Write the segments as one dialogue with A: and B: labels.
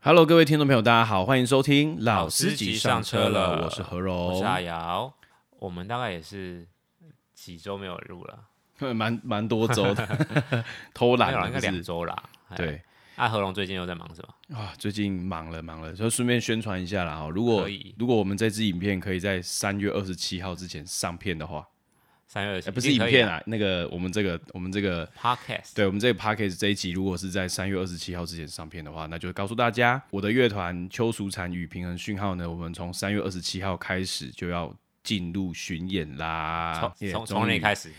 A: Hello，各位听众朋友，大家好，欢迎收听《
B: 老
A: 司
B: 司
A: 机
B: 机
A: 上
B: 上
A: 车
B: 车
A: 了》，
B: 了
A: 我是何
B: 我是阿
A: 荣，
B: 瑶，我们大概也是几周没有录 了，
A: 蛮蛮多周的， 偷
B: 没
A: 懒
B: 有啦，
A: 了
B: 应该
A: 不
B: 两
A: 是？
B: 周啦。哎，
A: 对
B: 阿何龙最近又在忙什么？
A: 啊，最近忙了忙了，就顺便宣传一下啦。哦，如果
B: 可以
A: 如果我们这支影片可以在三月二十七号之前上片的话，
B: 三月二十、
A: 哎，不是影片啊，那个我们这个我们这个
B: Podcast
A: 对我们这个 p a c k a g e 这一集，如果是在三月二十七号之前上片的话，那就告诉大家，我的乐团邱淑婵与平衡讯号呢，我们从三月二十七号开始就要进入巡演啦
B: 从。从
A: 从
B: 从哪里开始？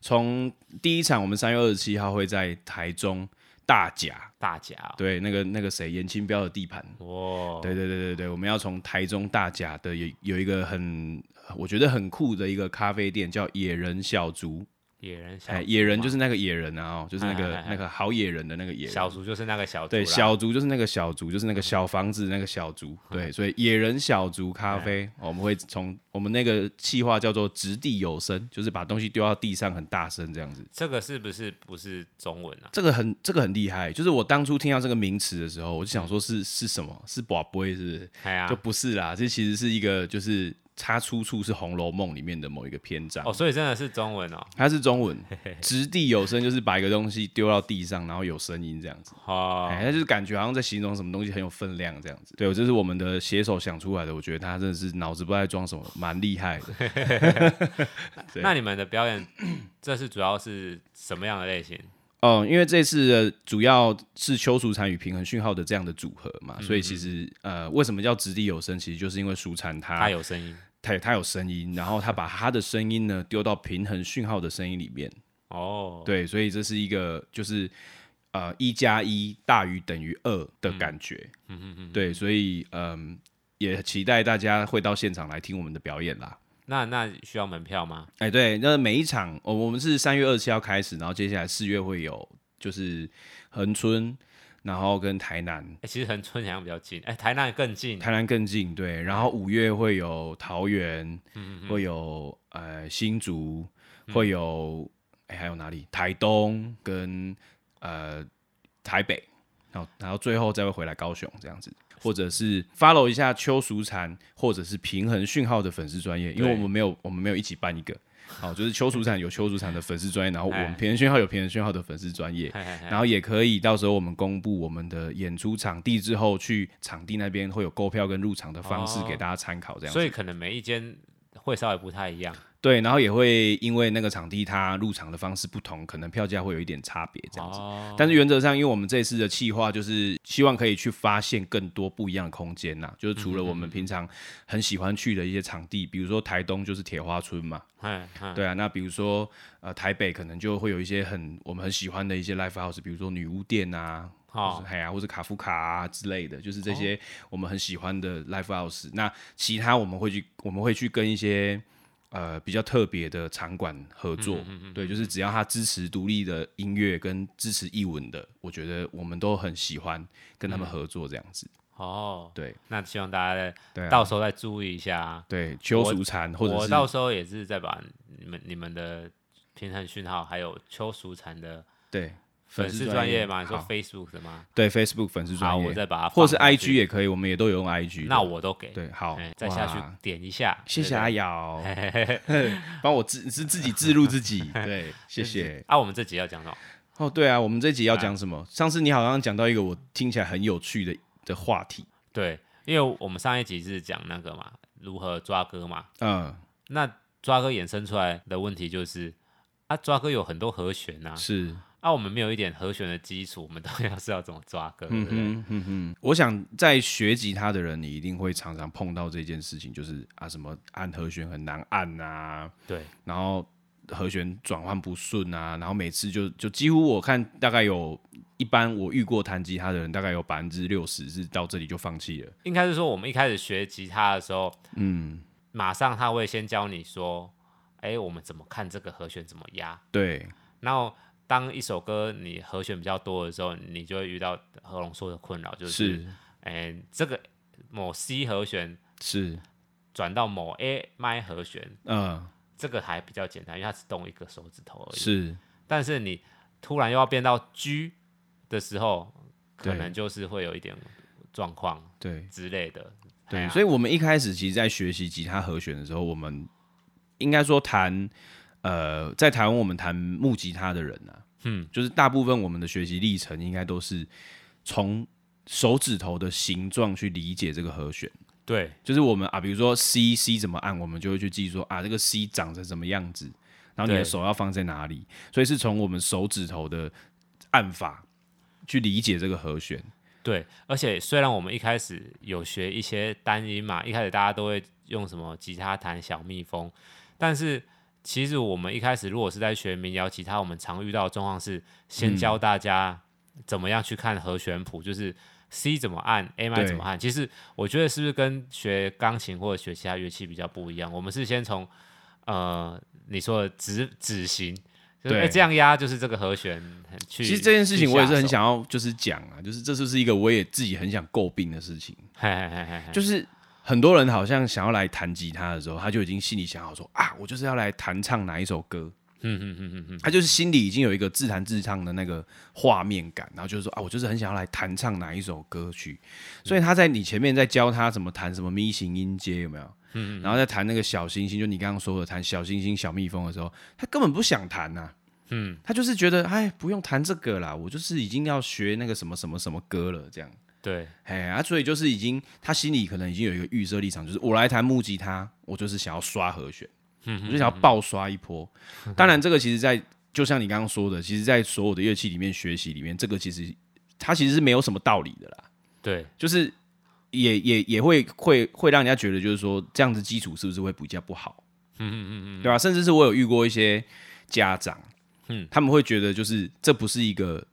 A: 从第一场，我们三月二十七号会在台中大甲，
B: 大家哦
A: 对，那个那个谁，严清标的地盘。
B: 哇，
A: 对对对对对，我们要从台中大甲的有有一个很我觉得很酷的一个咖啡店，叫野人小竹。
B: 野人小
A: 哎，
B: 卒
A: 野人
B: 嘛
A: 就是那个野人啊，哦，就是那个
B: 哎哎哎
A: 那个好野人的那个野人。
B: 小竹，就是那个小
A: 对，
B: 竹啦
A: 小竹就是那个小竹，就是那个小房子那个小竹。
B: 嗯
A: 对，所以野人小竹咖啡，哦我们会从我们那个气话叫做“掷地有声”，就是把东西丢到地上很大声这样子。
B: 这个是不是不是中文啊？
A: 这个很这个很厉害，就是我当初听到这个名词的时候，我就想说
B: 嗯
A: 是是什么？是宝贝是不是？
B: 哎呀
A: 就，不是啦，这其实是一个就是它出处是《红楼梦》里面的某一个篇章。
B: 哦，所以真的是中文哦。
A: 它是中文，掷地有声就是把一个东西丢到地上，然后有声音这样子。
B: 哦，
A: 哎，那就是感觉好像在形容什么东西很有分量这样子。对，这是我们的写手想出来的，我觉得他真的是脑子不知道在装什么，蛮厉害 的。对
B: 那你们的表演这是主要是什么样的类型？
A: 哦，因为这次的主要是邱淑婵与平衡讯号的这样的组合嘛，所以其实呃，为什么叫掷地有声？其实就是因为淑婵她
B: 它有声音
A: 她她有声音，然后她把她的声音呢丢到平衡讯号的声音里面，
B: 哦，
A: 对，所以这是一个就是呃一加一大于等于二的感觉，嗯嗯嗯，对，所以嗯、也期待大家会到现场来听我们的表演啦。
B: 那那需要门票吗？
A: 哎，对，那每一场，我、我们是三月二十七号开始，然后接下来四月会有就是恒春，然后跟台南，
B: 哎、其实恒春好像比较近，哎、台南更近，嗯
A: 台南更近，对，然后五月会有桃园，会有呃新竹，
B: 嗯
A: 会有哎、还有哪里？台东跟呃台北，然后然后最后再会回来高雄这样子。或者是 follow 一下邱淑婵，或者是平衡讯号的粉丝专业，因为
B: 对
A: 我们没有我们没有一起办一个，好，就是邱淑婵有邱淑婵的粉丝专业，然后我们
B: 哎
A: 平衡讯号有平衡讯号的粉丝专业，
B: 嘿嘿嘿
A: 然后也可以到时候我们公布我们的演出场地之后，去场地那边会有购票跟入场的方式
B: 哦
A: 给大家参考，这样子。
B: 所以可能每一间会稍微不太一样。
A: 对，然后也会因为那个场地它入场的方式不同，可能票价会有一点差别这样子。
B: 哦，
A: 但是原则上，因为我们这次的企划就是希望可以去发现更多不一样的空间呐、就是除了我们平常很喜欢去的一些场地，比如说台东就是铁花村嘛，
B: 嗯嗯，
A: 对啊，那比如说呃台北可能就会有一些很我们很喜欢的一些 live house，比如说女巫店啊，
B: 哦
A: 哦，哎呀，或者卡夫卡啊之类的，就是这些我们很喜欢的 live house。那其他我们会去，我们会去跟一些呃比较特别的场馆合作，
B: 嗯
A: 对，就是只要他支持独立的音乐跟支持艺文的，我觉得我们都很喜欢跟他们合作这样子。
B: 嗯哦，
A: 对
B: 那希望大家
A: 对
B: 在
A: 啊
B: 到时候再注意一下啊。
A: 对，邱淑婵或者
B: 我
A: 是
B: 到时候也是再把你们你们的平衡讯号还有邱淑婵的
A: 对
B: 粉丝专业嘛，你说
A: 好
B: Facebook 的吗？
A: 对 Facebook 粉丝
B: 好，
A: 专
B: 我
A: 业，
B: 再把它
A: 或是
B: 放上
A: IG
B: 去，
A: 也可以，我们也都有用 IG 的。
B: 那我都给，
A: 对好
B: 哎，再下去
A: 哇
B: 点一下。
A: 谢啊谢
B: 对
A: 阿
B: 对
A: 瑶，帮我自是自己自录自己，对，谢谢。
B: 啊，我们这集要讲什么？
A: 哦，对啊，我们这集要讲什么？上次你好像讲到一个我听起来很有趣的的话题，
B: 对，因为我们上一集是讲那个嘛，如何抓歌嘛。
A: 嗯，
B: 那抓歌衍生出来的问题就是，啊，抓歌有很多和弦呐、啊，
A: 是，
B: 啊，我们没有一点和弦的基础，我们到底要是要怎么抓歌，对不对？
A: 嗯哼哼，我想在学吉他的人，你一定会常常碰到这件事情，就是啊，什么按和弦很难按啊，
B: 对，
A: 然后和弦转换不顺啊，然后每次就就几乎我看大概有一般我遇过弹吉他的人，大概有百分之六十是到这里就放弃了，
B: 应该是说我们一开始学吉他的时候，嗯，马上他会先教你说，哎，我们怎么看这个和弦怎么压，
A: 对，
B: 然后。当一首歌你和弦比较多的时候，你就会遇到何龙说的困扰，就是，哎，这个某 C 和弦
A: 是，
B: 转到某 A 麦和弦，
A: 嗯，
B: 这个还比较简单，因为它只动一个手指头而已。
A: 是，
B: 但是你突然又要变到 G 的时候，
A: 对
B: 可能就是会有一点状况
A: 对
B: 之类的。哎
A: 对，
B: 以
A: 所以我们一开始其实，在学习吉他和弦的时候，我们应该说弹，呃，在台湾我们弹木吉他的人啊，嗯，就是大部分我们的学习历程应该都是从手指头的形状去理解这个和弦。
B: 对
A: 就是我们啊，比如说 C C 怎么按，我们就会去记说啊，这个 C 长成什么样子，然后你的
B: 对
A: 手要放在哪里，所以是从我们手指头的按法去理解这个和弦。
B: 对，而且虽然我们一开始有学一些单音嘛，一开始大家都会用什么吉他弹小蜜蜂，但是其实我们一开始如果是在学民谣吉他，我们常遇到的状况是先
A: 嗯
B: 教大家怎么样去看和弦谱，就是 C 怎么按，A 麦
A: 对
B: 怎么按。其实我觉得是不是跟学钢琴或者学其他乐器比较不一样？我们是先从呃你说的指指型，就是
A: 对
B: 哎这样压就是这个和弦去。
A: 其实这件事情我也是很
B: 去下手，
A: 想要就是讲啊，就是这就是一个我也自己很想诟病的事情，
B: 嘿嘿嘿嘿嘿
A: 就是很多人好像想要来弹吉他的时候，他就已经心里想好说啊，我就是要来弹唱哪一首歌，
B: 嗯嗯嗯嗯嗯，
A: 他就是心里已经有一个自弹自唱的那个画面感，然后就是说啊，我就是很想要来弹唱哪一首歌曲，所以他在你前面在教他怎么弹什么咪型音阶有没有？嗯，然后在弹那个小星星，就你刚刚说的弹小星星、小蜜蜂的时候，他根本不想弹呐、嗯，他就是觉得哎，不用弹这个啦，我就是已经要学那个什么什么什么歌了，这样。
B: 对。
A: 哎啊，所以就是已经他心里可能已经有一个预设立场，就是我来弹木吉他，我就是想要刷和弦，我就想要爆刷一波。当然，这个其实在就像你刚刚说的，其实，在所有的乐器里面学习里面，这个其实它其实是没有什么道理的啦，
B: 对
A: 就是也也也会会会让人家觉得就是说这样子基础是不是会比较不好？嗯嗯嗯嗯，对吧？甚至是我有遇过一些家长，嗯，他们会觉得就是这不是一个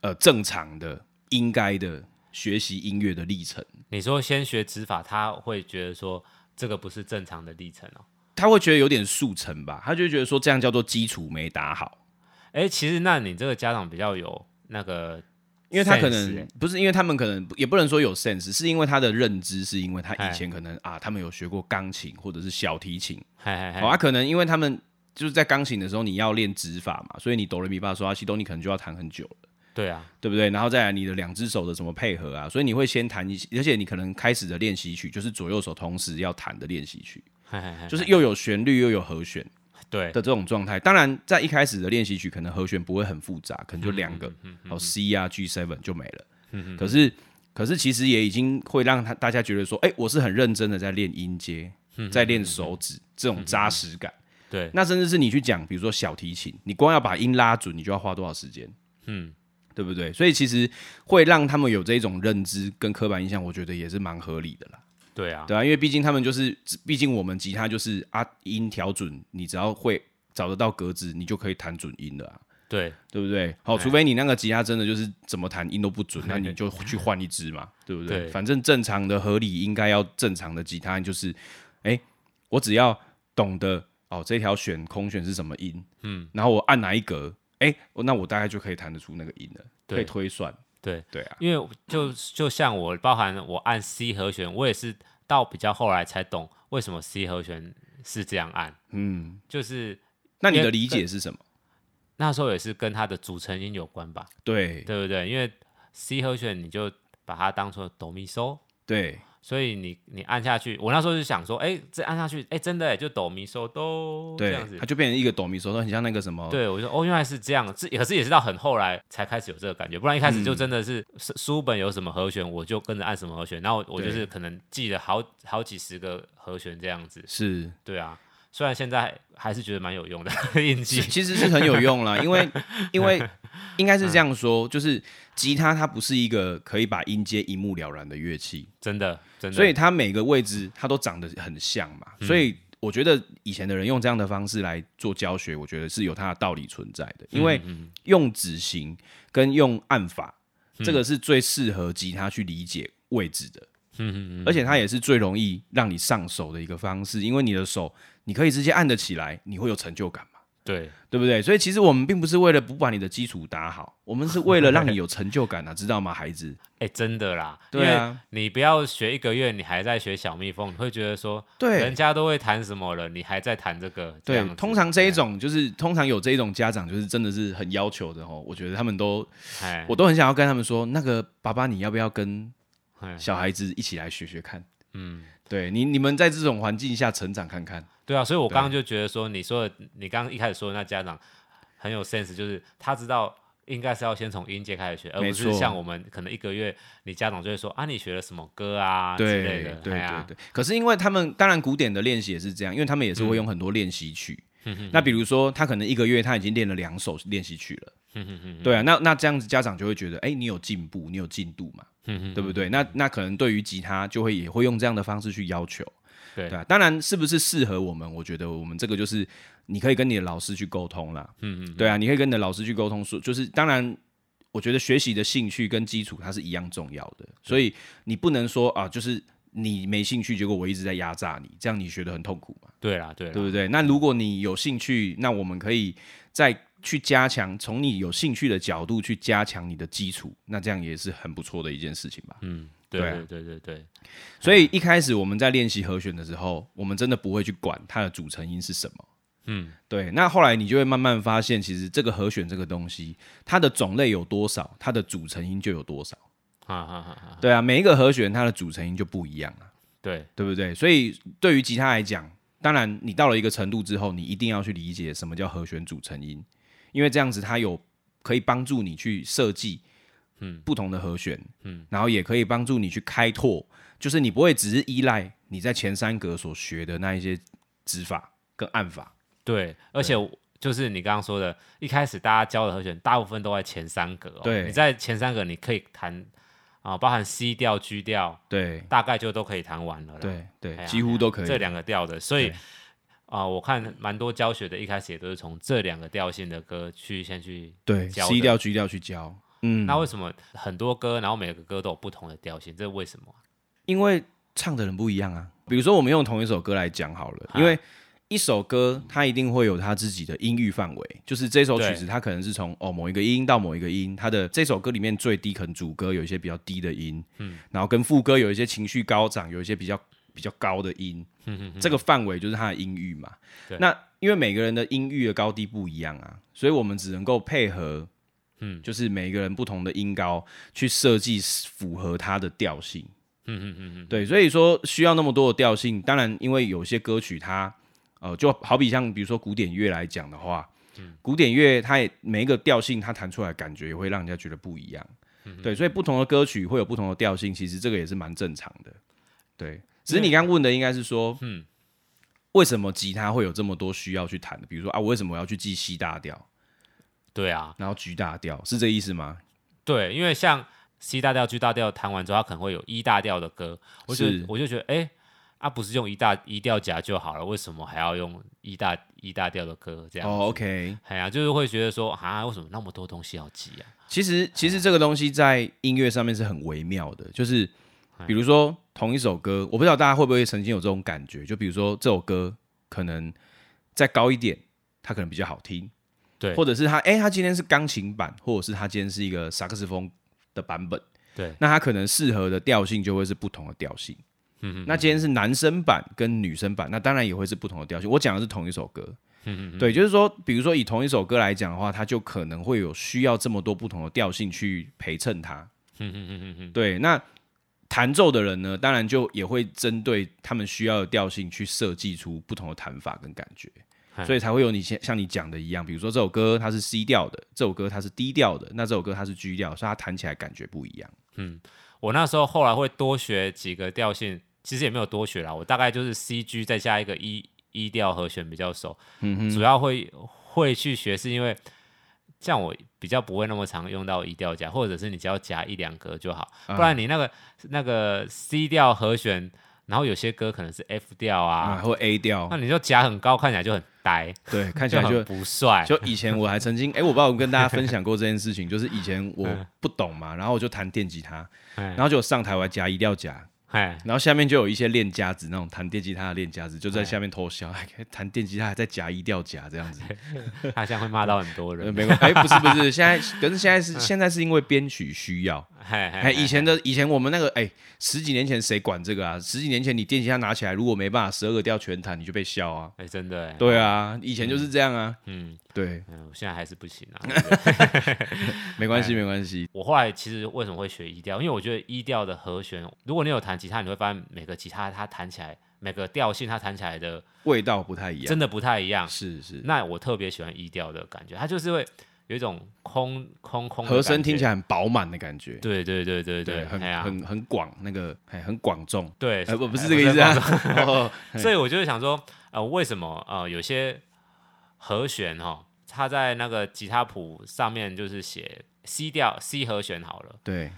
A: 呃正常的应该的。学习音乐的历程，
B: 你说先学指法，他会觉得说这个不是正常的历程哦。
A: 他会觉得有点速成吧，他就会觉得说这样叫做基础没打好，
B: 哎，其实那你这个家长比较有那个，
A: 因为他可
B: sense
A: 能
B: 欸
A: 不是，因为他们可能也不能说有 sense，是因为他的认知是因为他
B: 哎
A: 以前可能啊，他们有学过钢琴或者是小提琴，
B: 嘿嘿嘿，
A: 哦，他、可能因为他们就是在钢琴的时候你要练指法嘛，所以你哆来咪发嗦拉西哆，你可能就要弹很久了，
B: 对啊，
A: 对不对？然后再来你的两只手的什么配合啊，所以你会先弹一些，而且你可能开始的练习曲就是左右手同时要弹的练习曲，
B: 嘿嘿嘿，
A: 就是又有旋律又有和弦。
B: 对
A: 的这种状态。当然，在一开始的练习曲，可能和弦不会很复杂，可能就两个，哦 C 啊 G seven 就没了。可是，可是其实也已经会让他大家觉得说，哎、我是很认真的在练音阶，在练手指这种扎实感。
B: 对，
A: 那甚至是你去讲，比如说小提琴，你光要把音拉准，你就要花多少时间？
B: 嗯，
A: 对不对？所以其实会让他们有这种认知跟刻板印象，我觉得也是蛮合理的啦。
B: 对啊，
A: 对啊，因为毕竟他们就是，毕竟我们吉他就是啊，音调准，你只要会找得到格子，你就可以弹准音了、啊，
B: 对
A: 对不对？好、除非你那个吉他真的就是怎么弹音都不 准，那你就去换一支嘛，对不对？
B: 对
A: 反正正常的、合理应该要正常的吉他就是，哎，我只要懂得哦，这条弦空弦是什么音，嗯，然后我按哪一格，哎，那我大概就可以弹得出那个音了，可以
B: 对
A: 推算，
B: 对，
A: 对啊，
B: 因为就就像我，包含我按 C 和弦，我也是到比较后来才懂为什么 C 和弦是这样按，
A: 嗯，
B: 就是
A: 那你
B: 因
A: 的
B: 为
A: 理解是什么？
B: 那时候也是跟它的组成音有关吧，
A: 对
B: 对不对？因为 C 和弦你就把它当做哆咪嗦。
A: 对，
B: 所以你你按下去，我那时候就想说，哎、这按下去，哎、真的哎，就哆咪嗦哆哦这
A: 对
B: 样，子
A: 它。就变成一个哆咪嗦，很像那个什么，
B: 对，我就说哦，原来是这样，这可是也是到很后来才开始有这个感觉，不然一开始
A: 嗯
B: 就真的是书书本有什么和弦，我就跟着按什么和弦，然后我就
A: 对
B: 是可能记了好好几十个和弦这样子。
A: 是，
B: 对啊，虽然现在还是觉得蛮有用的 印
A: 其
B: 记。
A: 其实是很有用啦，因为因为应该是这样说，就是吉他它不是一个可以把音阶一目了然的乐器，
B: 真的真的。
A: 所以它每个位置它都长得很像嘛，所以我觉得以前的人用这样的方式来做教学，我觉得是有它的道理存在的，因为用指型跟用按法，这个是最适合吉他去理解位置的。
B: 嗯嗯嗯，
A: 而且它也是最容易让你上手的一个方式，因为你的手你可以直接按得起来，你会有成就感嘛，
B: 对
A: 对不对？所以其实我们并不是为了不把你的基础打好，我们是为 了让你有成就感啊，知道吗，孩子？
B: 哎、真的啦，
A: 对啊，
B: 你不要学一个月，你还在学小蜜蜂，你会觉得说，
A: 对
B: 人家都会弹什么了，你还在弹这个，这
A: 对
B: 样，子
A: 通常这一，种就是通常有这一种家长就是真的是很要求的哦，我觉得他们都
B: 哎，
A: 我都很想要跟他们说，那个爸爸你要不要跟
B: 嗯
A: 小孩子一起来学学看。
B: 嗯，
A: 对你，你们在这种环境下成长看看。
B: 对啊，所以我
A: 对
B: 刚刚就觉得说，你说的，你刚刚一开始说的那家长很有 sense，就是他知道应该是要先从音阶开始学，而
A: 没
B: 不
A: 错
B: 是像我们可能一个月，你家长就会说啊，你学了什么歌啊之
A: 对
B: 类
A: 对
B: 的，
A: 对
B: 哎呀
A: 对。可是因为他们当然古典的练习也是这样，因为他们也是会用很多练习曲。
B: 嗯
A: 那比如说，他可能一个月他已经练了两首练习曲了。
B: 嗯
A: 对啊，那那这样子家长就会觉得，哎、你有进步，你有进度嘛，对不对？那那可能对于吉他就会也会用这样的方式去要求。
B: 对
A: 对啊，当然是不是适合我们？我觉得我们这个就是你可以跟你的老师去沟通啦。嗯嗯，对啊，你可以跟你的老师去沟通说，就是当然，我觉得学习的兴趣跟基础它是一样重要的，所以你不能说啊，就是你没兴趣，结果我一直在压榨你，这样你学得很痛苦嘛，
B: 对啦对啊
A: 对
B: 啦，
A: 不对？啊那如果你有兴趣，那我们可以再去加强，从你有兴趣的角度去加强你的基础，那这样也是很不错的一件事情吧。
B: 嗯，
A: 对啊
B: 对对对对
A: 所以一开始我们在练习和弦的时候，我们真的不会去管它的组成音是什么。
B: 嗯，
A: 对。那后来你就会慢慢发现，其实这个和弦这个东西，它的种类有多少，它的组成音就有多少。
B: 嗯哈哈哈哈，
A: 对啊，每一个和弦它的组成音就不一样啊，
B: 对，
A: 对不对？所以对于吉他来讲，当然你到了一个程度之后，你一定要去理解什么叫和弦组成音，因为这样子它有可以帮助你去设计，嗯，不同的和弦，嗯，然后也可以帮助你去开拓，就是你不会只是依赖你在前三格所学的那一些指法跟按法，
B: 对，而且我就是你刚刚说的，一开始大家教的和弦，大部分都在前三格、哦。
A: 对
B: 你在前三格你可以弹啊、包含 C 调、G 调，
A: 对
B: 大概就都可以弹完了啦。
A: 对对
B: 哎，呀，
A: 几乎都可以
B: 这，两个调的，所以
A: 对
B: 啊、我看蛮多教学的，一开始也都是从这两个调性的歌去先去。
A: 对
B: 教
A: ，C
B: 的
A: 调、G 调去教，嗯，
B: 那为什么很多歌，然后每个歌都有不同的调性？这为什么啊？
A: 因为唱的人不一样啊。比如说，我们用同一首歌来讲好了，因为一首歌它一定会有它自己的音域范围，就是这首曲子它可能是从哦某一个音到某一个音，它的这首歌里面最低可能主歌有一些比较低的音，嗯，然后跟副歌有一些情绪高涨，有一些比较比较高的音，这个范围就是它的音域嘛
B: 对。
A: 那因为每个人的音域的高低不一样啊，所以我们只能够配合。嗯，就是每一个人不同的音高去设计符合它的调性，
B: 嗯嗯嗯嗯，
A: 对，所以说需要那么多的调性，当然因为有些歌曲它，呃，就好比像比如说古典乐来讲的话，
B: 嗯
A: 古典乐它也每一个调性它弹出来的感觉也会让人家觉得不一样，
B: 嗯
A: 对，所以不同的歌曲会有不同的调性，其实这个也是蛮正常的，对。只是你刚刚问的应该是说，嗯，为什么吉他会有这么多需要去弹的？比如说啊，我为什么要去记西大调，
B: 对啊，
A: 然后 G 大调，是这意思吗？
B: 对，因为像 C 大调、G 大调弹完之后，它可能会有 E 一大调的歌，我就是我就觉得，哎、啊，不是用一大一调夹就好了，为什么还要用一大一大调的歌这样？
A: 哦，OK，
B: 哎呀、就是会觉得说，啊，为什么那么多东西要记啊？
A: 其实，其实这个东西在音乐上面是很微妙的，就是比如说同一首歌，我不知道大家会不会曾经有这种感觉，就比如说这首歌可能再高一点，它可能比较好听，
B: 对
A: 或者是它哎、它今天是钢琴版，或者是它今天是一个萨克斯风的版本，
B: 对，
A: 那它可能适合的调性就会是不同的调性。嗯，那今天是男生版跟女生版，那当然也会是不同的调性。我讲的是同一首歌，嗯嗯， 对，就是说，比如说以同一首歌来讲的话，它就可能会有需要这么多不同的调性去陪衬它。嗯嗯嗯嗯对，那弹奏的人呢，当然就也会针对他们需要的调性去设计出不同的弹法跟感觉。
B: 嗨
A: 所以才会有你像像你讲的一样，比如说这首歌它是 C 调的，这首歌它是 D 调的，那这首歌它是 G 调，所以它弹起来感觉不一样。
B: 我那时候后来会多学几个调性，其实也没有多学啦，我大概就是 C G 再加一个一一调和弦比较熟，
A: 嗯
B: 主要会会去学是因为像我比较不会那么常用到一调夹，或者是你只要夹一两格就好，
A: 嗯
B: 不然你那个、那个 C 调和弦，然后有些歌可能是 F 调
A: 啊，
B: 啊，
A: 或 A 调
B: 那，你就夹很高，看起来就很呆，
A: 对，看起
B: 就
A: 来
B: 很
A: 就
B: 不帅。
A: 就以前我还曾经，哎、我不知道我跟大家分享过这件嗯事情，就是以前我不懂嘛，然后我就弹电吉他，
B: 嗯
A: 然后就上台我还夹一调夹，
B: 哎，
A: 然后下面就有一些练家子，那种弹电吉他的练家子，就在下面偷笑， 哎，弹电吉他还在夹一掉夹这样子，
B: 哎他现在会骂到很多
A: 呃
B: 人。
A: 没关哎，不是不是， 现在可是现在是现在是因为编曲需要，
B: 哎
A: 哎，以前的以前我们那个哎，十几年前谁管这个啊？十几年前你电吉他拿起来，如果没办法十二个调全弹，你就被笑啊。
B: 哎，真的哎，
A: 对啊，以前就是这样啊。
B: 嗯
A: 对，
B: 嗯，我现在还是不行 啊。
A: 没关
B: 哎
A: 系没关系。
B: 我后来其实为什么会学 E 调，因为我觉得 E 调的和弦，如果你有弹吉他，你会发现每个吉他它弹起来，每个调性它弹起来的
A: 味道不太一样。
B: 真的不太一样。
A: 是是，
B: 那我特别喜欢 E 调的感觉，它就是会有一种空空空的
A: 和声
B: 感觉
A: 听起来很饱满的感觉。
B: 对对对对对，
A: 很
B: 哎呀
A: 很很广，那个哎很广众。
B: 对，
A: 哎，不不是
B: 哎
A: 这个意思啊
B: 广。
A: 哦
B: 所以我就想说，呃，为什么呃有些和弦哈，它在那个吉他谱上面就是写 C 调 C 和弦好了，
A: 对，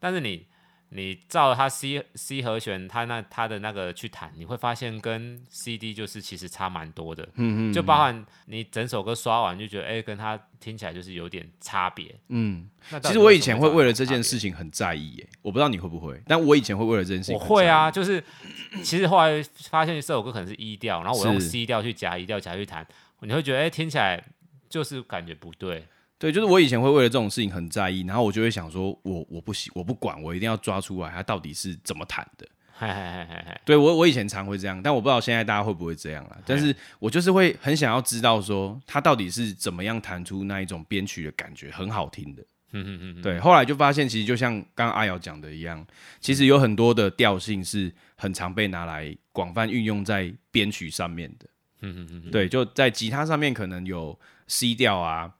B: 但是你你照它 C C 和弦，它那它的那个去弹，你会发现跟 C D 就是其实差蛮多的，
A: 嗯嗯，
B: 就包含你整首歌刷完就觉得，哎、跟它听起来就是有点差别。
A: 嗯。
B: 那到
A: 其
B: 底
A: 实我
B: 为
A: 以
B: 什
A: 前
B: 么
A: 会
B: 这
A: 为
B: 样
A: 了这
B: 差别
A: 件事情很在意耶，我不知道你会不会，但我以前会为了这件事情。
B: 我会，啊，就是 其实后来发现这首歌可能是 E 调，然后我用
A: 是
B: C 调去夹 E 调夹去弹，你会觉得哎、听起来就是感觉不对，
A: 对，就是我以前会为了这种事情很在意，然后我就会想说，我我不行，我不管，我一定要抓出来，它到底是怎么弹的。
B: 嘿嘿嘿嘿嘿，
A: 对我，我以前常会这样，但我不知道现在大家会不会这样啊。但是我就是会很想要知道说，它到底是怎么样弹出那一种编曲的感觉，很好听的。
B: 嗯嗯嗯，
A: 对，后来就发现，其实就像刚刚阿瑶讲的一样，其实有很多的调性是很常被拿来广泛运用在编曲上面的。
B: 嗯嗯嗯嗯，
A: 对，就在吉他上面可能有 C 调啊，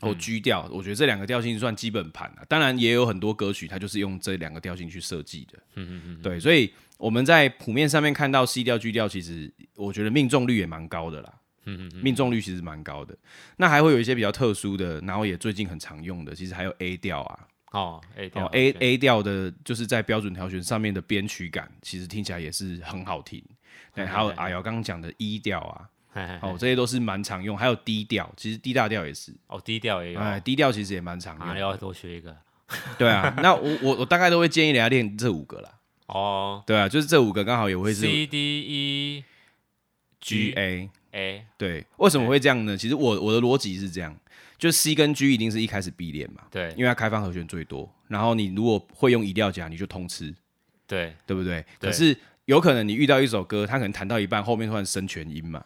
A: 或 G 调，我觉得这两个调性算基本盘啊。当然也有很多歌曲，它就是用这两个调性去设计的。嗯嗯嗯。对，所以我们在谱面上面看到 C 调、G 调，其实我觉得命中率也蛮高的啦。嗯嗯，命中率其实蛮高的。那还会有一些比较特殊的，然后也最近很常用的，其实还有 A 调啊，
B: 哦，A 调
A: 哦 A
B: 对
A: A 调的，就是在标准调弦上面的编曲感，其实听起来也是很好听。对，还有阿瑶刚刚讲的 E 调啊，
B: 嘿嘿嘿
A: 哦，这些都是蛮常用，还有低调，其实低大调也是，
B: 哦低调也有，
A: 哎，
B: 啊
A: 低调其实也蛮常用，
B: 要多学一个
A: 对啊。那我我我大概都会建议大家练这五个啦，
B: 哦
A: 对啊，就是这五个刚好也会是
B: ，C D E
A: G
B: G
A: A，
B: A，
A: 对，为什么会这样呢？其实我我的逻辑是这样，就 C 跟 G 一定是一开始必练嘛，
B: 对
A: 因为它开放和弦最多，然后你如果会用移 E 调夹，你就通吃，
B: 对
A: 对不对？
B: 对
A: 可是有可能你遇到一首歌，它可能弹到一半，后面突然升全音嘛，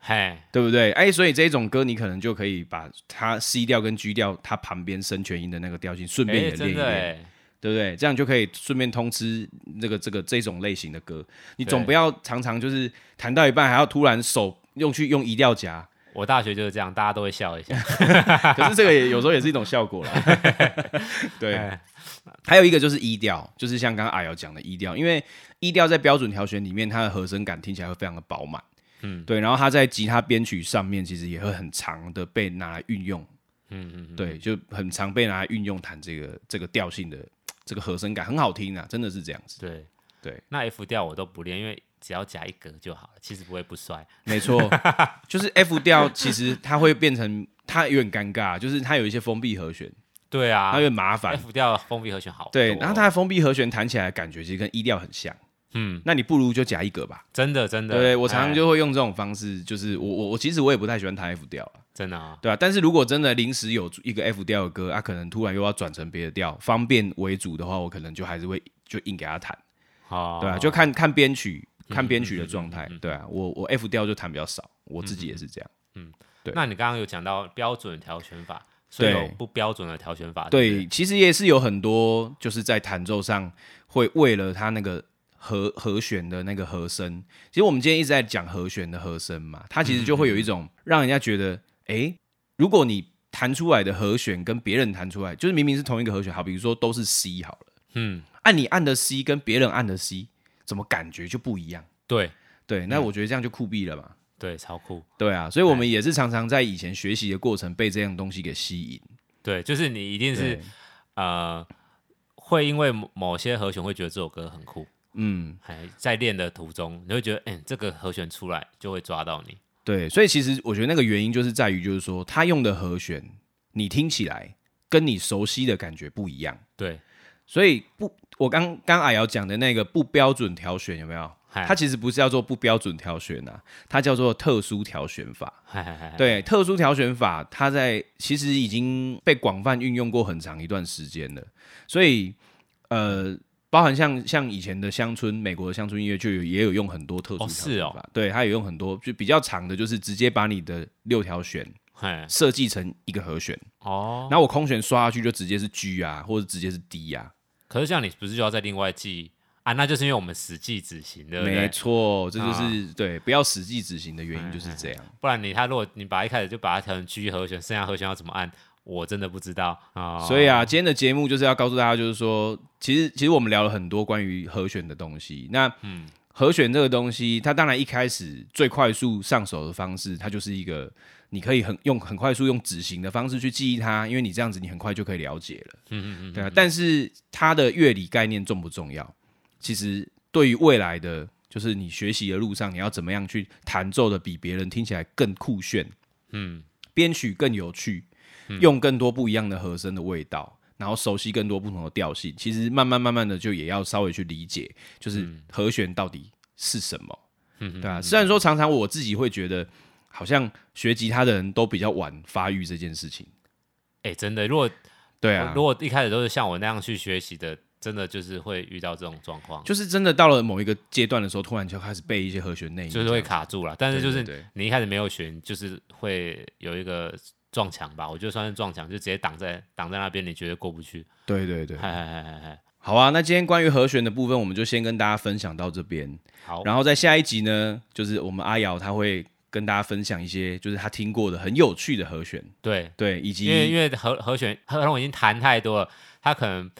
B: 嘿，
A: 对不对？哎，所以这种歌你可能就可以把它 C 调跟 G 调它旁边升全音的那个调性，顺便
B: 哎
A: 也练
B: 真
A: 一
B: 的
A: 练，
B: 哎，
A: 对不对？这样就可以顺便通吃这个这个这种类型的歌。你
B: 对
A: 总不要常常就是弹到一半还要突然手用去用移调 夹，
B: 我大学就是这样，大家都会笑一下，
A: 可是这个也有时候也是一种效果啦。 对，还有一个就是 E 调，就是像刚刚阿瑶讲的 E 调，因为 E 调在标准调弦里面，它的和声感听起来会非常的饱满。嗯，对，然后它在吉他编曲上面其实也会很长的被拿来运用，
B: 嗯嗯嗯，
A: 对，就很常被拿来运用弹这个这个调性的这个和声感很好听啊，真的是这样子。
B: 对
A: 对，
B: 那 F 调我都不练，因为只要夹一格就好了，其实不会不摔。
A: 没 错，就是 F 调，其实它会变成它有点尴尬，就是它有一些封闭和弦，
B: 对啊
A: 它有点麻烦。
B: ，F 调封闭和弦好多哦。
A: 对，然后它的封闭和弦弹起来的感觉其实跟 E 调很像，
B: 嗯，
A: 那你不如就夹一个吧。
B: 真的真的，
A: 对，我常
B: 哎
A: 常就会用这种方式，就是我我我其实我也不太喜欢弹 F 调啊，
B: 真的啊，
A: 对啊，但是如果真的临时有一个 F 调的歌，啊，可能突然又要转成别的调，方便为主的话，我可能就还是会就硬给他弹，
B: 好，
A: 对啊，就看看编曲，看编曲的状态，对啊，我我 F 调就弹比较少，我自己也是这样。对
B: 那你刚刚有讲到标准调弦法，所以
A: 对
B: 有不标准的调弦法，不
A: 对，其实也是有很多就是在弹奏上会为了它那个和和弦的那个和声，其实我们今天一直在讲和弦的和声嘛，它其实就会
B: 嗯
A: 有一种让人家觉得，诶，如果你弹出来的和弦跟别人弹出来，就是明明是同一个和弦，好，比如说都是 C 好了，
B: 嗯，
A: 按你按的 C 跟别人按的 C，怎么感觉就不一样？
B: 对
A: 对，
B: 嗯
A: 那我觉得这样就酷毙了嘛。
B: 对，超酷，
A: 对啊，所以我们也是常常在以前学习的过程被这样东西给吸引。
B: 对，就是你一定是
A: 对
B: 呃，会因为某某些和弦会觉得这首歌很酷，
A: 嗯，
B: 还在练的途中，你会觉得，嗯，这个和弦出来就会抓到你，
A: 对，所以其实我觉得那个原因就是在于，就是说他用的和弦，你听起来跟你熟悉的感觉不一样，
B: 对
A: 所以不我刚刚阿瑶讲的那个不标准调选有没有？
B: 嗨
A: 它其实不是叫做不标准调选啊，它叫做特殊调选法。
B: 嗨嗨嗨，
A: 对，特殊调选法，它在其实已经被广泛运用过很长一段时间了。所以，呃，包含像像以前的乡村，美国的乡村音乐就有也有用很多特殊
B: 哦
A: 调
B: 是
A: 选
B: 哦
A: 法，对，它有用很多，就比较长的，就是直接把你的六条弦
B: 嗨
A: 设计成一个和弦，
B: 哦，
A: 然后我空弦刷下去就直接是 G 啊，或者直接是 D 啊，
B: 可是这样你不是就要再另外记啊？那就是因为我们实际执行，对不
A: 没
B: 对？
A: 错，这就是、
B: 啊哎
A: 对，不要实际执行的原因就是这样。
B: 不然你他如果你把一开始就把它调成 G 和弦，剩下和弦要怎么按，我真的不知道啊。
A: 所以啊，今天的节目就是要告诉大家，就是说，其实其实我们聊了很多关于和弦的东西。那嗯，和弦这个东西，它当然一开始最快速上手的方式，它就是一个你可以很用很快速用指型的方式去记忆它，因为你这样子你很快就可以了解了。嗯嗯嗯，对啊。但是它的乐理概念重不重要？其实对于未来的，就是你学习的路上，你要怎么样去弹奏的比别人听起来更酷炫，
B: 嗯，
A: 编曲更有趣，用更多不一样的和声的味道，然后熟悉更多不同的调性。其实慢慢慢慢的就也要稍微去理解，就是
B: 嗯
A: 和弦到底是什么，对吧、虽然说常常我自己会觉得，好像学吉他的人都比较晚发育这件事情，
B: 哎、真的，如果、
A: 对啊
B: 哦如，果一开始都是像我那样去学习的，真的就是会遇到这种状况，
A: 就是真的到了某一个阶段的时候，突然就开始背一些和弦内音这
B: 就
A: 样，
B: 是会卡住了。但是
A: 对
B: 就是
A: 对对
B: 你一开始没有学，你就是会有一个撞墙吧，我就算是撞墙，就直接挡在挡在那边，你觉得过不去。
A: 对对对。
B: 嗨嗨嗨嗨嗨，
A: 好啊，那今天关于和弦的部分，我们就先跟大家分享到这边。
B: 好，
A: 然后在下一集呢，就是我们阿瑶他会跟大家分享一些，就是他听过的很有趣的和弦，
B: 对，
A: 对，以
B: 因为因
A: 及
B: 为和和弦和和我已经弹太多了，他可能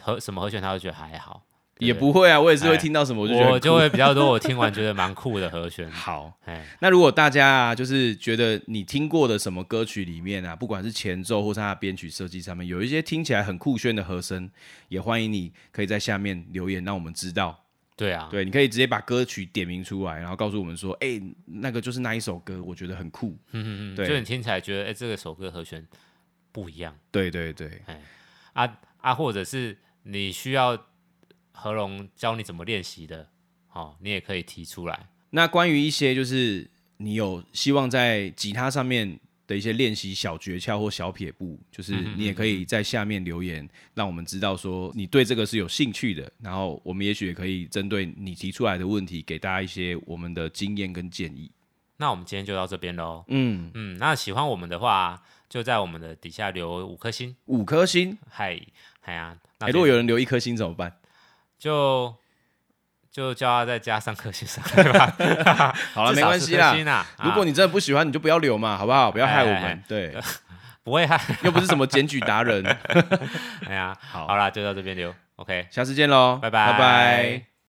B: 和什么和弦他都觉得还好，对
A: 也不会啊，我也是会
B: 哎
A: 听到什么我
B: 我
A: 就觉得很酷。
B: 会比较多，我听完觉得蛮酷的和弦
A: 好。
B: 哎，
A: 那如果大家啊，就是觉得你听过的什么歌曲里面啊，不管是前奏或是它的编曲设计上面，有一些听起来很酷炫的和声，也欢迎你可以在下面留言，让我们知道。
B: 对啊，
A: 对，你可以直接把歌曲点名出来，然后告诉我们说，哎、那个就是那一首歌，我觉得很酷。
B: 嗯嗯嗯，
A: 对
B: 就你听起来觉得，哎，这个首歌和弦不一样
A: 对对对，
B: 啊啊，或者是你需要和龙教你怎么练习的，哦，你也可以提出来。
A: 那关于一些就是你有希望在吉他上面的一些练习小诀窍或小撇步，就是
B: 嗯
A: 你也可以在下面留言，让我们知道说你对这个是有兴趣的。然后我们也许也可以针对你提出来的问题，给大家一些我们的经验跟建议。
B: 那我们今天就到这边喽。
A: 嗯，
B: 嗯，那喜欢我们的话，就在我们的底下留五颗星。
A: 五颗星。
B: 嗨嗨呀，那
A: 哎、如
B: 就
A: 果有人留一颗星怎么办？
B: 就就叫他再加上颗星上来吧。
A: 好了，
B: 至
A: 没
B: 少
A: 关
B: 是
A: 系
B: 颗
A: 啦
B: 星。啊，
A: 如果
B: 你
A: 你真的不喜欢，你就不要留嘛，好不好？不要害我们。
B: 哎哎哎
A: 对，
B: 不会害，
A: 又不是什么检举达人。
B: 哎呀，
A: 好
B: 好啦，就到这边留。OK，
A: 下次见喽，
B: 拜
A: 拜拜。
B: 拜。